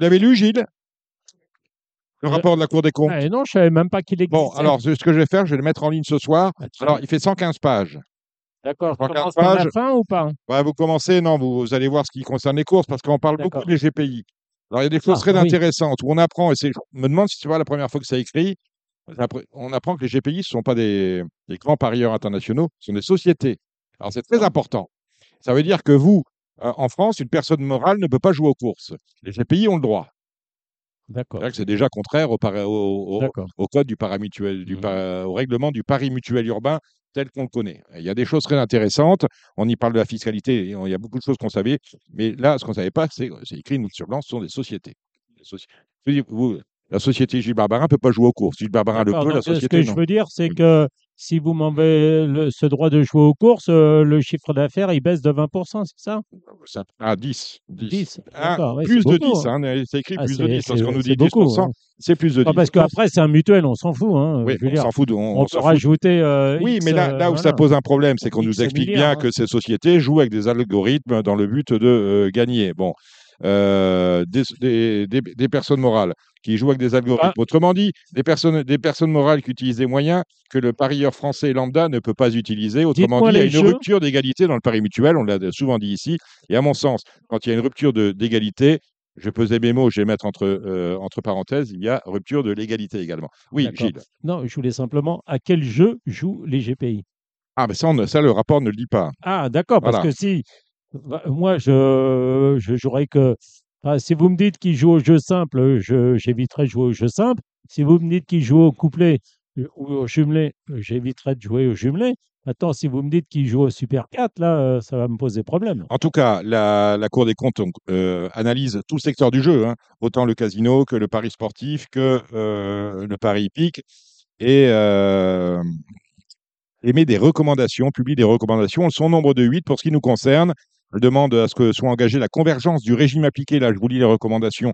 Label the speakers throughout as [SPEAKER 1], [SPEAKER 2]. [SPEAKER 1] l'avez lu, Gilles Le
[SPEAKER 2] Euh,
[SPEAKER 1] rapport de la Cour des comptes
[SPEAKER 2] Ah, et non, je savais même pas qu'il existait. Ah,
[SPEAKER 1] Bon, alors ce ce que je vais faire, je vais le mettre en ligne ce soir.
[SPEAKER 2] Absolument.
[SPEAKER 1] Alors, il fait 115 pages.
[SPEAKER 2] d'accord, je
[SPEAKER 1] regarde
[SPEAKER 2] commence par
[SPEAKER 1] pas, je-
[SPEAKER 2] la fin ou pas
[SPEAKER 1] Bah, vous commencez, non, vous, vous allez voir ce qui concerne les courses, parce qu'on parle beaucoup
[SPEAKER 2] D'accord.
[SPEAKER 1] des GPI. Alors, il y a des choses très
[SPEAKER 2] Ah, oui.
[SPEAKER 1] intéressantes où on apprend, et c'est, je me demande si tu vois la première fois que ça écrit, j'appre- on apprend que les GPI, ne sont pas des, des grands parieurs internationaux, ce sont des sociétés. Alors, c'est
[SPEAKER 2] Ah.
[SPEAKER 1] très important. Ça veut dire que vous, euh, en France, une personne morale ne peut pas jouer aux courses. Les GPI ont le droit.
[SPEAKER 2] D'accord.
[SPEAKER 1] C'est-à-dire que c'est déjà contraire au, para- au- au-
[SPEAKER 2] D'accord.
[SPEAKER 1] au code du paramutuel, du
[SPEAKER 2] Mhm.
[SPEAKER 1] pa- au règlement du pari mutuel urbain tel qu'on le connaît. Il y a des choses très intéressantes. On y parle de la fiscalité. et on- Il y a beaucoup de choses qu'on savait. Mais là, ce qu'on ne savait pas, c'est c'est écrit noir sur blanc, ce sont des sociétés. Les soci- Je veux dire, vous- la société Gilles Barbarin ne peut pas jouer aux courses. Gilles Barbarin le
[SPEAKER 2] D'accord,
[SPEAKER 1] peut, la
[SPEAKER 2] donc, euh, ce
[SPEAKER 1] société
[SPEAKER 2] que je
[SPEAKER 1] non.
[SPEAKER 2] veux dire, c'est
[SPEAKER 1] Oui.
[SPEAKER 2] que si vous m'enlevez le- ce droit de jouer aux courses, euh, le chiffre d'affaires, il baisse de 20%, c'est ça
[SPEAKER 1] Ça- Ah, 10. 10.
[SPEAKER 2] 10.
[SPEAKER 1] Ah,
[SPEAKER 2] D'accord, ouais,
[SPEAKER 1] plus
[SPEAKER 2] c'est
[SPEAKER 1] de
[SPEAKER 2] beaucoup,
[SPEAKER 1] 10.
[SPEAKER 2] hein.
[SPEAKER 1] hein, c'est écrit
[SPEAKER 2] Ah,
[SPEAKER 1] plus de
[SPEAKER 2] c'est-
[SPEAKER 1] 10. Parce
[SPEAKER 2] c'est-
[SPEAKER 1] qu'on nous
[SPEAKER 2] c'est
[SPEAKER 1] dit
[SPEAKER 2] beaucoup,
[SPEAKER 1] 10%,
[SPEAKER 2] hein.
[SPEAKER 1] c'est plus de 10.
[SPEAKER 2] Ah, parce qu'après, c'est un mutuel, on s'en fout. hein,
[SPEAKER 1] Oui,
[SPEAKER 2] je veux
[SPEAKER 1] on
[SPEAKER 2] dire.
[SPEAKER 1] s'en fout. de- on- on
[SPEAKER 2] on
[SPEAKER 1] s'en
[SPEAKER 2] peut
[SPEAKER 1] fout de-
[SPEAKER 2] rajouter. euh,
[SPEAKER 1] Oui,
[SPEAKER 2] X,
[SPEAKER 1] mais là,
[SPEAKER 2] euh,
[SPEAKER 1] là où ça
[SPEAKER 2] voilà.
[SPEAKER 1] pose un problème, c'est qu'on
[SPEAKER 2] X
[SPEAKER 1] nous explique bien
[SPEAKER 2] milliards, hein.
[SPEAKER 1] que ces sociétés jouent avec des algorithmes dans le but de euh, gagner. Bon, euh, des, des- des- des personnes morales qui jouent avec des
[SPEAKER 2] Ah.
[SPEAKER 1] algorithmes. Autrement dit, des personnes, des personnes morales qui utilisent des moyens que le parieur français lambda ne peut pas utiliser. Autrement
[SPEAKER 2] Dites-moi
[SPEAKER 1] dit, il y a
[SPEAKER 2] les
[SPEAKER 1] une
[SPEAKER 2] jeux.
[SPEAKER 1] rupture d'égalité dans le pari mutuel. On l'a souvent dit ici. Et à mon sens, quand il y a une rupture de- d'égalité, je pesais mes mots, je vais mettre entre, euh, entre parenthèses, il y a rupture de l'égalité également. Oui,
[SPEAKER 2] D'accord.
[SPEAKER 1] Gilles.
[SPEAKER 2] Non, je voulais simplement à quel jeu jouent les GPI.
[SPEAKER 1] Ah, mais ça, on ne- ça, le rapport ne le dit pas. hein.
[SPEAKER 2] Ah, d'accord, parce
[SPEAKER 1] Voilà.
[SPEAKER 2] que si bah, moi je, je jouerais que. enfin, si vous me dites qu'il joue au jeu simple, je, j'éviterai de jouer au jeu simple. Si vous me dites qu'il joue au couplet euh, ou au jumelé, euh, j'éviterai de jouer au jumelé. Attends, si vous me dites qu'il joue au Super 4, là, euh, ça va me poser problème.
[SPEAKER 1] En tout cas, la, la Cour des comptes donc, euh, analyse tout le secteur du jeu, hein, autant le casino que le pari sportif que euh, le pari hippique, et euh, émet des recommandations, publie des recommandations. Elles sont au nombre de 8 pour ce qui nous concerne. Elle demande à ce que soit engagée la convergence du régime appliqué, là je vous lis les recommandations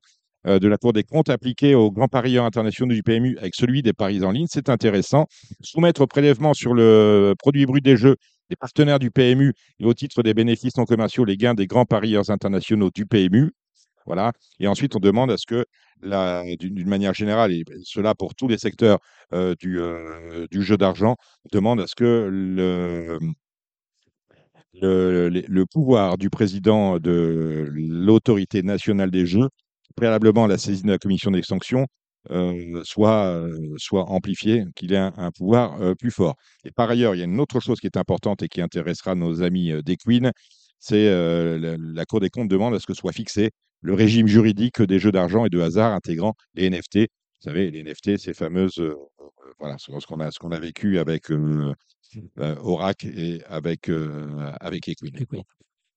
[SPEAKER 1] euh, de la Cour des comptes, appliquées aux grands parieurs internationaux du PMU avec celui des paris en ligne. C'est intéressant. Soumettre au prélèvement sur le produit brut des jeux des partenaires du PMU et au titre des bénéfices non commerciaux les gains des grands parieurs internationaux du PMU. Voilà. Et ensuite, on demande à ce que, la- d'une d'une manière générale, et cela pour tous les secteurs euh, du, euh, du jeu d'argent, on demande à ce que le, le, le- le pouvoir du président de l'autorité nationale des jeux, préalablement à la saisine de la commission des sanctions, euh, soit, euh, soit amplifié, qu'il ait un, un pouvoir euh, plus fort. Et par ailleurs, il y a une autre chose qui est importante et qui intéressera nos amis euh, des Queens, c'est euh, la, la Cour des comptes demande à ce que soit fixé le régime juridique des jeux d'argent et de hasard intégrant les NFT. Vous savez, les NFT, ces fameuses, euh, euh, voilà, ce ce qu'on a, ce qu'on a vécu avec euh, euh, Oracle et avec, euh, avec Equin.
[SPEAKER 2] Equin.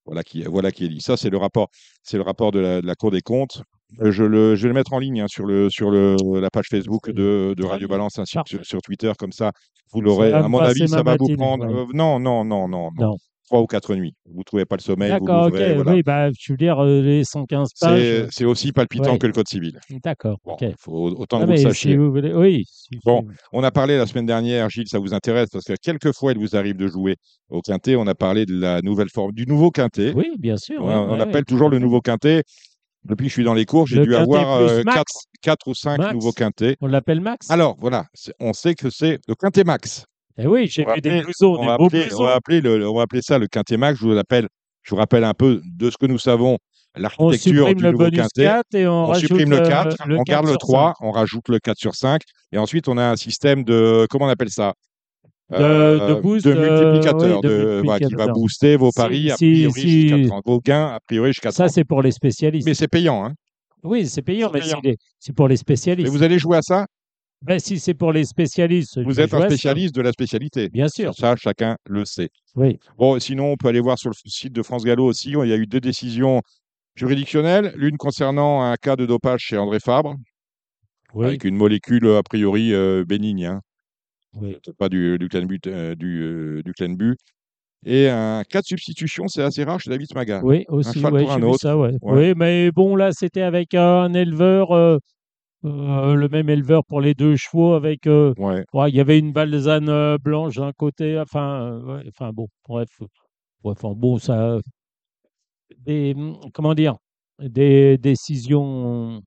[SPEAKER 1] Voilà qui, voilà qui est dit. Ça, c'est le rapport, c'est le rapport de la, de la Cour des comptes. Euh, Je, le, je vais le mettre en ligne hein, sur, le, sur le, la page Facebook de, de
[SPEAKER 2] Très
[SPEAKER 1] Radio
[SPEAKER 2] bien.
[SPEAKER 1] Balance, ainsi que sur,
[SPEAKER 2] Parfait.
[SPEAKER 1] sur Twitter, comme ça, vous l'aurez.
[SPEAKER 2] va
[SPEAKER 1] À
[SPEAKER 2] me
[SPEAKER 1] mon
[SPEAKER 2] passer
[SPEAKER 1] avis, ça
[SPEAKER 2] ma
[SPEAKER 1] va vous
[SPEAKER 2] matinée,
[SPEAKER 1] prendre.
[SPEAKER 2] ouais.
[SPEAKER 1] euh, non, non, non, non, non.
[SPEAKER 2] Non.
[SPEAKER 1] Trois ou quatre nuits. Vous ne trouvez pas le sommeil, vous
[SPEAKER 2] D'accord, ok.
[SPEAKER 1] l'ouvrez. voilà.
[SPEAKER 2] Oui, bah, je veux dire, euh, les 115
[SPEAKER 1] C'est
[SPEAKER 2] pages.
[SPEAKER 1] c'est aussi palpitant
[SPEAKER 2] Ouais.
[SPEAKER 1] que le Code civil.
[SPEAKER 2] D'accord,
[SPEAKER 1] Bon,
[SPEAKER 2] ok.
[SPEAKER 1] faut- autant
[SPEAKER 2] Ah,
[SPEAKER 1] que vous le
[SPEAKER 2] mais si
[SPEAKER 1] sachiez.
[SPEAKER 2] vous voulez- oui. si-
[SPEAKER 1] Bon,
[SPEAKER 2] si-
[SPEAKER 1] On a parlé la semaine dernière, Gilles, ça vous intéresse, parce que quelquefois, il vous arrive de jouer au quintet. On a parlé de la nouvelle forme, du nouveau quintet.
[SPEAKER 2] Oui, bien sûr.
[SPEAKER 1] On,
[SPEAKER 2] ouais,
[SPEAKER 1] on
[SPEAKER 2] ouais,
[SPEAKER 1] appelle
[SPEAKER 2] ouais,
[SPEAKER 1] toujours
[SPEAKER 2] tout
[SPEAKER 1] le
[SPEAKER 2] à fait.
[SPEAKER 1] nouveau quintet. Depuis que je suis dans les cours, j'ai
[SPEAKER 2] Le
[SPEAKER 1] dû
[SPEAKER 2] quintet
[SPEAKER 1] avoir
[SPEAKER 2] plus
[SPEAKER 1] euh,
[SPEAKER 2] max.
[SPEAKER 1] quatre, quatre ou cinq
[SPEAKER 2] Max.
[SPEAKER 1] nouveaux quintets.
[SPEAKER 2] On l'appelle Max
[SPEAKER 1] Alors, voilà, c'est- on sait que c'est le quintet max.
[SPEAKER 2] Eh oui, j'ai
[SPEAKER 1] on va
[SPEAKER 2] vu des
[SPEAKER 1] appeler-
[SPEAKER 2] blousons,
[SPEAKER 1] On
[SPEAKER 2] Oh, des
[SPEAKER 1] va,
[SPEAKER 2] beaux
[SPEAKER 1] appeler, on,
[SPEAKER 2] blousons.
[SPEAKER 1] va appeler le- le- on va appeler ça le quintet max. Je vous, l'appelle- je vous rappelle un peu de ce que nous savons,
[SPEAKER 2] On
[SPEAKER 1] l'architecture
[SPEAKER 2] supprime
[SPEAKER 1] du
[SPEAKER 2] le
[SPEAKER 1] nouveau
[SPEAKER 2] bonus
[SPEAKER 1] quintet.
[SPEAKER 2] 4 et on,
[SPEAKER 1] On
[SPEAKER 2] rajoute
[SPEAKER 1] supprime le
[SPEAKER 2] euh,
[SPEAKER 1] 4, on garde
[SPEAKER 2] 4
[SPEAKER 1] le
[SPEAKER 2] sur
[SPEAKER 1] 3, on rajoute le 4 sur 5, et ensuite on a un système de, comment on appelle ça
[SPEAKER 2] De- de boost,
[SPEAKER 1] de
[SPEAKER 2] euh,
[SPEAKER 1] multiplicateur,
[SPEAKER 2] oui, de
[SPEAKER 1] de- voilà, qui va
[SPEAKER 2] multiplicateur.
[SPEAKER 1] booster vos
[SPEAKER 2] Si-
[SPEAKER 1] paris, a
[SPEAKER 2] si-
[SPEAKER 1] priori jusqu'à
[SPEAKER 2] si-
[SPEAKER 1] 30, vos gains, a priori jusqu'à
[SPEAKER 2] Ça,
[SPEAKER 1] 30.
[SPEAKER 2] c'est pour les spécialistes.
[SPEAKER 1] Mais c'est payant, hein.
[SPEAKER 2] oui, c'est payant,
[SPEAKER 1] c'est
[SPEAKER 2] mais
[SPEAKER 1] payant.
[SPEAKER 2] c'est des- c'est pour les
[SPEAKER 1] Mais
[SPEAKER 2] spécialistes.
[SPEAKER 1] vous allez jouer à ça
[SPEAKER 2] Ben, si c'est pour les spécialistes, je
[SPEAKER 1] Vous
[SPEAKER 2] vais
[SPEAKER 1] êtes
[SPEAKER 2] jouer
[SPEAKER 1] un
[SPEAKER 2] à ça.
[SPEAKER 1] spécialiste de la spécialité.
[SPEAKER 2] Bien sûr,
[SPEAKER 1] Ça, chacun le sait.
[SPEAKER 2] oui.
[SPEAKER 1] Bon, sinon, on peut aller voir sur le site de France Gallo aussi. Il y a eu deux décisions juridictionnelles. L'une concernant un cas de dopage chez André Fabre,
[SPEAKER 2] Oui,
[SPEAKER 1] avec une molécule a priori euh, bénigne. hein.
[SPEAKER 2] oui.
[SPEAKER 1] peut-être pas du, du clan but, euh, du, euh, du clan but. Et un cas de substitution, c'est assez rare chez David Smaga.
[SPEAKER 2] Oui, aussi,
[SPEAKER 1] cheval
[SPEAKER 2] ouais,
[SPEAKER 1] pour un
[SPEAKER 2] j'ai vu
[SPEAKER 1] autre.
[SPEAKER 2] ça, ouais.
[SPEAKER 1] Ouais.
[SPEAKER 2] Oui, mais bon, là, c'était avec un éleveur, euh, euh, le même éleveur pour les deux chevaux, avec euh,
[SPEAKER 1] Ouais.
[SPEAKER 2] Ouais, il y avait une balzane euh, blanche d'un côté, enfin, euh, ouais, enfin bon, bref, euh, bref, enfin, bon, ça, euh, des, hum, comment dire, des décisions.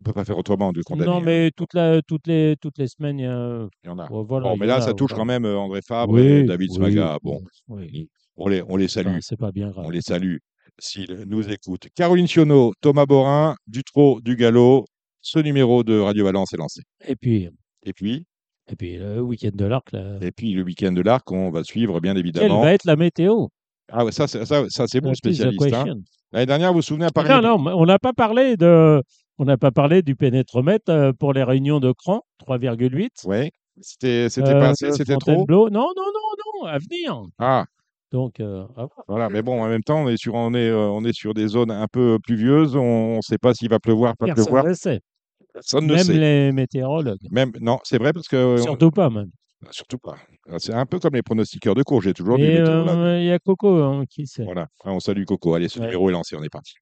[SPEAKER 1] On peut pas faire autrement de condamner.
[SPEAKER 2] Non,
[SPEAKER 1] hein.
[SPEAKER 2] mais toute la, toutes, les, toutes les semaines, il y a. un-
[SPEAKER 1] Il y en a.
[SPEAKER 2] bon, voilà,
[SPEAKER 1] Bon,
[SPEAKER 2] il
[SPEAKER 1] mais
[SPEAKER 2] y en
[SPEAKER 1] là,
[SPEAKER 2] a,
[SPEAKER 1] ça touche
[SPEAKER 2] voilà.
[SPEAKER 1] quand même euh, André Fabre et
[SPEAKER 2] Oui,
[SPEAKER 1] David
[SPEAKER 2] oui,
[SPEAKER 1] Smaga. Bon, mmh,
[SPEAKER 2] oui.
[SPEAKER 1] on les, on les
[SPEAKER 2] Non,
[SPEAKER 1] salue.
[SPEAKER 2] C'est pas bien grave.
[SPEAKER 1] On les salue s'ils nous écoutent. Caroline Chionneau, Thomas Borin, Dutrot, Dugallo. Ce numéro de Radio Valence est lancé.
[SPEAKER 2] Et puis,
[SPEAKER 1] Et puis,
[SPEAKER 2] et puis le week-end de l'arc, là,
[SPEAKER 1] et puis le week-end de l'arc, on va suivre, bien
[SPEAKER 2] quelle
[SPEAKER 1] évidemment.
[SPEAKER 2] va être la météo
[SPEAKER 1] Ah, ouais, ça, c'est- ça, ça, c'est bon,
[SPEAKER 2] That is the
[SPEAKER 1] spécialiste. hein.
[SPEAKER 2] question.
[SPEAKER 1] L'année dernière, vous vous souvenez à Paris
[SPEAKER 2] Attends, non, mais on n'a pas parlé de, on n'a pas parlé du pénétromètre euh, pour les réunions de cran 3,8.
[SPEAKER 1] Oui. C'était c'était
[SPEAKER 2] Euh,
[SPEAKER 1] pas assez, c'était trop.
[SPEAKER 2] Fontainebleau. Non, non, non, non, à venir.
[SPEAKER 1] Ah,
[SPEAKER 2] Donc, euh, à voir.
[SPEAKER 1] voilà. Mais bon, en même temps, on est sur, on est, euh, on est sur des zones un peu pluvieuses. On ne sait pas s'il va pleuvoir, pas
[SPEAKER 2] personne
[SPEAKER 1] pleuvoir.
[SPEAKER 2] ne sait.
[SPEAKER 1] Personne ne
[SPEAKER 2] Même
[SPEAKER 1] sait.
[SPEAKER 2] les météorologues.
[SPEAKER 1] Même, non, c'est vrai parce que euh,
[SPEAKER 2] Surtout pas, même.
[SPEAKER 1] on- surtout pas. Alors, C'est un peu comme les pronostiqueurs de cours. J'ai toujours dit.
[SPEAKER 2] Et
[SPEAKER 1] mais
[SPEAKER 2] euh, il
[SPEAKER 1] voilà.
[SPEAKER 2] y a Coco hein, qui sait.
[SPEAKER 1] Voilà. Ah, on salue Coco. Allez, ce
[SPEAKER 2] Ouais.
[SPEAKER 1] numéro est lancé. On est parti.